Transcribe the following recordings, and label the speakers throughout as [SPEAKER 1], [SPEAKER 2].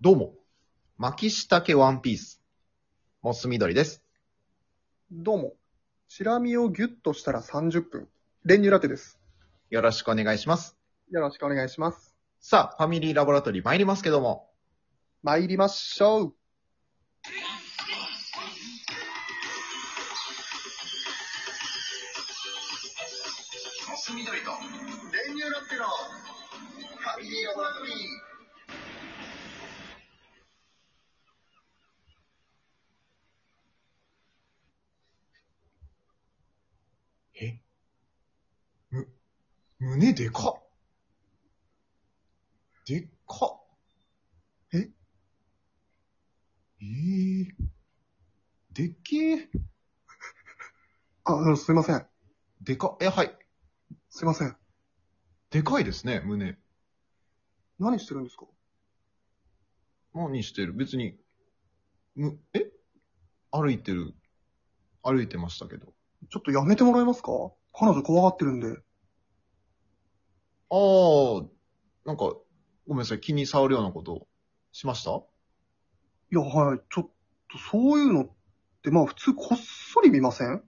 [SPEAKER 1] どうも、巻下家ワンピース、モス緑です。
[SPEAKER 2] どうも。チラ見をギュッとしたら30分。練乳ラテです。
[SPEAKER 1] よろしくお願いします。
[SPEAKER 2] よろしくお願いします。
[SPEAKER 1] さあ、ファミリーラボラトリー参りますけども、
[SPEAKER 2] 参りましょう。
[SPEAKER 3] モス緑と電流ラッテのファミリーラボラトリー。
[SPEAKER 1] えむ、胸でかっでっかっええー、でっけえ
[SPEAKER 2] あ、あのすいません。
[SPEAKER 1] でか、え、はい。
[SPEAKER 2] すいません。
[SPEAKER 1] でかいですね、胸。
[SPEAKER 2] 何してるんですか
[SPEAKER 1] 何してる別に、む、え歩いてる。歩いてましたけど。
[SPEAKER 2] ちょっとやめてもらえますか彼女怖がってるんで。
[SPEAKER 1] ああ、なんか、ごめんなさい、気に触るようなことしました
[SPEAKER 2] いや、はい。ちょっと、そういうのって、まあ普通こっそり見ません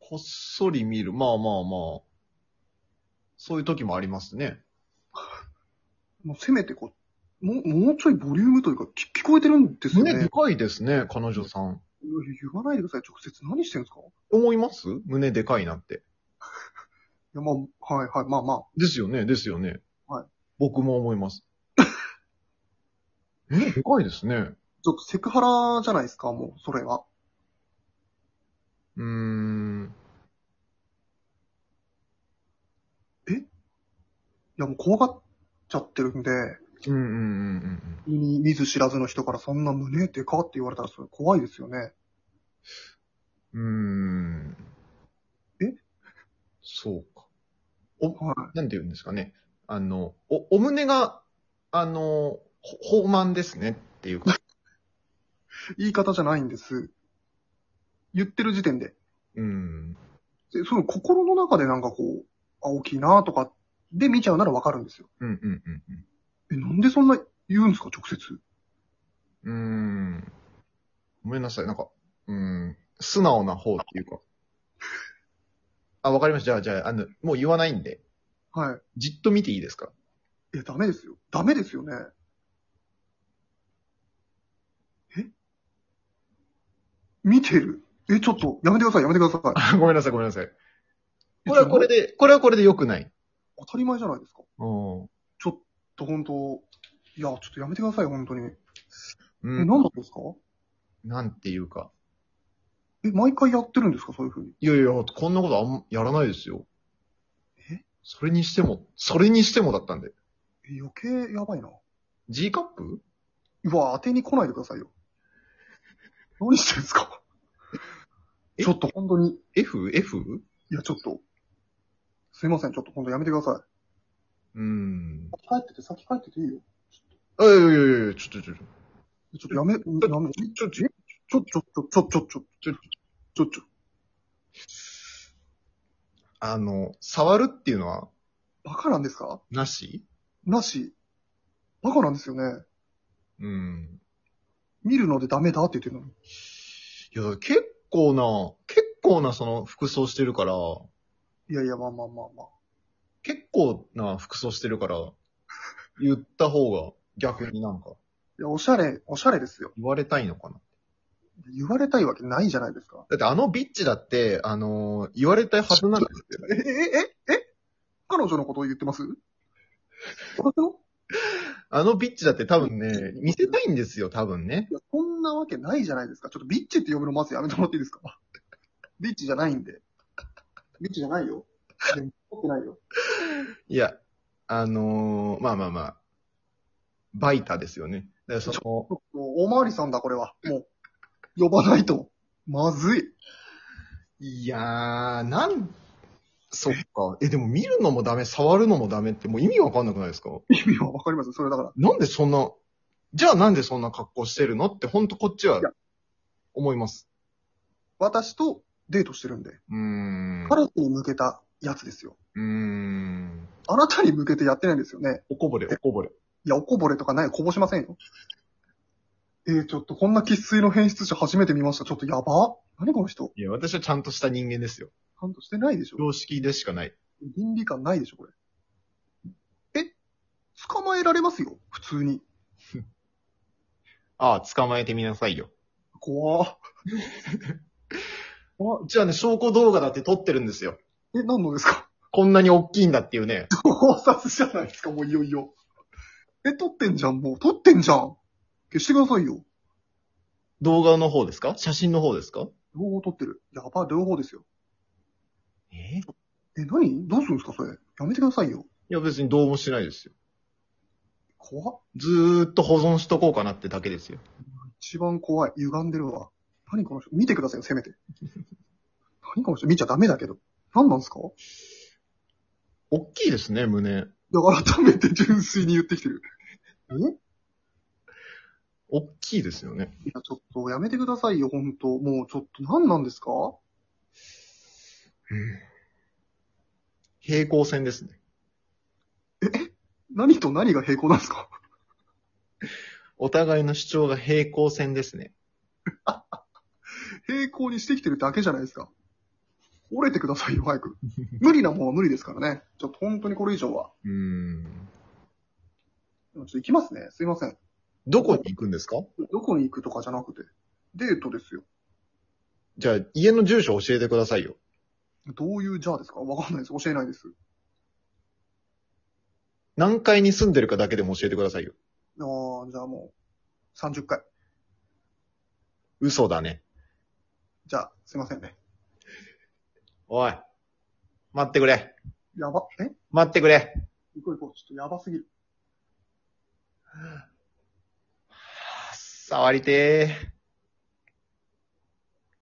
[SPEAKER 1] こっそり見る。まあまあまあ。そういう時もありますね。
[SPEAKER 2] もうせめてこう、もう、もうちょいボリュームというか、き聞こえてるんですよね。
[SPEAKER 1] 胸でかいですね、彼女さん。
[SPEAKER 2] いや言わないでください。直接何してるんですかい
[SPEAKER 1] 思います胸でかいなって。
[SPEAKER 2] や、まあ、はいはい。まあまあ。
[SPEAKER 1] ですよね、ですよね。
[SPEAKER 2] はい。
[SPEAKER 1] 僕も思い ます。え、でかいですね。
[SPEAKER 2] ちょっとセクハラじゃないですか、もう、それは。
[SPEAKER 1] うーん。
[SPEAKER 2] いや、もう怖がっちゃってるんで。
[SPEAKER 1] うんうんうんうん
[SPEAKER 2] 見見ず知らずの人からそんな胸でかって言われたらそれ怖いですよね。
[SPEAKER 1] うん。うーん。
[SPEAKER 2] え
[SPEAKER 1] そうか。
[SPEAKER 2] は
[SPEAKER 1] なんて言うんですかね。あの、お、お胸が、あの、ほ、豊満ですねっていうか。
[SPEAKER 2] い。言い方じゃないんです。言ってる時点で。
[SPEAKER 1] うん。
[SPEAKER 2] でその心の中でなんかこう、あ、大きいなとかで見ちゃうならわかるんですよ。
[SPEAKER 1] うんうんうん
[SPEAKER 2] え、なんでそんな言うんですか、直接。
[SPEAKER 1] うん。うーん。ごめんなさい。なんか、うーん。素直な方っていうか。あ、わかりました。じゃあ、じゃあ、あの、もう言わないんで、
[SPEAKER 2] は
[SPEAKER 1] じっと見ていいですか
[SPEAKER 2] い。え、ダメですよ。ダメですよね。え見てる。え、ちょっと、やめてください、やめて ください。
[SPEAKER 1] あごめんなさい、ごめんなさい。これはこれで、これはこれで良くない。
[SPEAKER 2] 当たり前じゃないですか。
[SPEAKER 1] うん。
[SPEAKER 2] ちょっと本当、いや、ちょっとやめてください、本当に。え、
[SPEAKER 1] う
[SPEAKER 2] 何
[SPEAKER 1] ん。
[SPEAKER 2] なんですか
[SPEAKER 1] なんていうか。
[SPEAKER 2] え、毎回やってるんですかそういう風に。
[SPEAKER 1] いやいや、こんなことあんま、やらないですよ。
[SPEAKER 2] え
[SPEAKER 1] それにしても、それにしてもだったんで。
[SPEAKER 2] え余計やばいな。
[SPEAKER 1] G カップ
[SPEAKER 2] うわ、当てに来ないでくださいよ。何してんすか
[SPEAKER 1] え
[SPEAKER 2] ちょっと本当に、
[SPEAKER 1] F? F?
[SPEAKER 2] いや、ちょっと、すいません、ちょっと本当やめてください。
[SPEAKER 1] うーん。
[SPEAKER 2] 帰ってて、先帰ってていいよ。
[SPEAKER 1] あ、いやいやいやいや、ちょ、ちょ、ちょ、
[SPEAKER 2] ちょっとやめ、やめ、ち
[SPEAKER 1] ちょ、ちょ、
[SPEAKER 2] ょ、ちょ、ちょ、ちょ、ちょ、ちょ、ちょ、ちょ、ちょ、
[SPEAKER 1] あの、触るっていうのは、
[SPEAKER 2] バカなんですか
[SPEAKER 1] なし
[SPEAKER 2] なし。バカなんですよね。
[SPEAKER 1] うん。
[SPEAKER 2] 見るのでダメだって言ってるのに。
[SPEAKER 1] いや、結構な、結構なその服装してるから、
[SPEAKER 2] いやいや、まあまあまあまあ。
[SPEAKER 1] 結構な服装してるから、 言った方が逆になんか、
[SPEAKER 2] いや、おしゃれ、おしゃれですよ。
[SPEAKER 1] 言われたいのかな。
[SPEAKER 2] 言われたいわけないじゃないですか。
[SPEAKER 1] だってあのビッチだって、あの言われたいはずなんですよ。
[SPEAKER 2] え、え、え、え彼女のことを言ってます私の
[SPEAKER 1] あのビッチだって多分ね、見せたいんですよ、多分ね。
[SPEAKER 2] いや、そんなわけないじゃないですか。ちょっとビッチって呼ぶのまずやめてもらっていいですかビッチじゃないんで。ビッチじゃないよ。でも、持ってないよ。
[SPEAKER 1] いや、あのーまあまあまあ、バイタですよね。だからその
[SPEAKER 2] ち、ょっと、おまわりさんだ、これは。もう、呼ばないと。まずい。
[SPEAKER 1] いやー、なん、そっか。え、でも見るのもダメ、触るのもダメってもう意味わかんなくないですか
[SPEAKER 2] 意味はわかりますそれだから。
[SPEAKER 1] なんでそんな、じゃあなんでそんな格好してるのってほんとこっちはい
[SPEAKER 2] や
[SPEAKER 1] 思います。
[SPEAKER 2] 私とデートしてるんで。
[SPEAKER 1] うーん。う
[SPEAKER 2] 彼女に向けたやつですよ。
[SPEAKER 1] ーん。
[SPEAKER 2] あなたに向けてやってないんですよね。
[SPEAKER 1] おこぼれ、おこぼれ。
[SPEAKER 2] いや、おこぼれとかないよ。こぼしませんよ。えー、ちょっとこんな喫水の変質者初めて見ました。ちょっとやば。何この人。ち
[SPEAKER 1] いや、私はちゃんとした人間ですよ。
[SPEAKER 2] ゃんとしてないでしょ。
[SPEAKER 1] 常識でしかない。
[SPEAKER 2] 倫理観ないでしょ、これ。え捕まえられますよ。普通に。
[SPEAKER 1] ああ、捕まえてみなさいよ。
[SPEAKER 2] 怖ー
[SPEAKER 1] うちはね、証拠動画だって撮ってるんですよ。
[SPEAKER 2] え、何のですか
[SPEAKER 1] こんなに大きいんだっていうね。
[SPEAKER 2] 盗撮じゃないですか、もういよいよ。え、撮ってんじゃん、もう。撮ってんじゃん。消してくださいよ。
[SPEAKER 1] 動画の方ですか写真の方ですか
[SPEAKER 2] 両方撮ってる。やば、両方ですよ。
[SPEAKER 1] えい
[SPEAKER 2] え、何どうするんですか、それ。やめてくださいよ。
[SPEAKER 1] や、別にどうもしないですよ。
[SPEAKER 2] 怖っ
[SPEAKER 1] ずーっと保存しとこうかなってだけですよ。
[SPEAKER 2] 一番怖い。歪んでるわ。何この人見てくださいよ、せめて。 何この人見ちゃダメだけど。何なんですか
[SPEAKER 1] 大きいですね、胸。
[SPEAKER 2] だから改めて純粋に言ってきてる。え
[SPEAKER 1] 大きいですよね。
[SPEAKER 2] いや、ちょっとやめてくださいよ、ほんと。もうちょっと何なんですか
[SPEAKER 1] 平行線ですね。
[SPEAKER 2] 何と何が平行なんですか
[SPEAKER 1] お互いの主張が平行線ですね。
[SPEAKER 2] 平行にしてきてるだけじゃないですか。折れてくださいよ、早く。無理なもんは無理ですからね。ちょっと本当にこれ以上は。
[SPEAKER 1] うーん。
[SPEAKER 2] でもちょっと行きますね。すいません。
[SPEAKER 1] どこに行くんですか
[SPEAKER 2] どこに行くとかじゃなくて。デートですよ。
[SPEAKER 1] じゃあ、家の住所教えてくださいよ。
[SPEAKER 2] どういうじゃあですかわかんないです。教えないです。
[SPEAKER 1] 何階に住んでるかだけでも教えてくださいよ。
[SPEAKER 2] あー、じゃあもう、30回。
[SPEAKER 1] 嘘だね。
[SPEAKER 2] じゃあ、すいませんね。
[SPEAKER 1] おい。待ってくれ。
[SPEAKER 2] やば、え
[SPEAKER 1] 待ってくれ。
[SPEAKER 2] 行こう行こう。ちょっとやばすぎる。
[SPEAKER 1] 触りてー。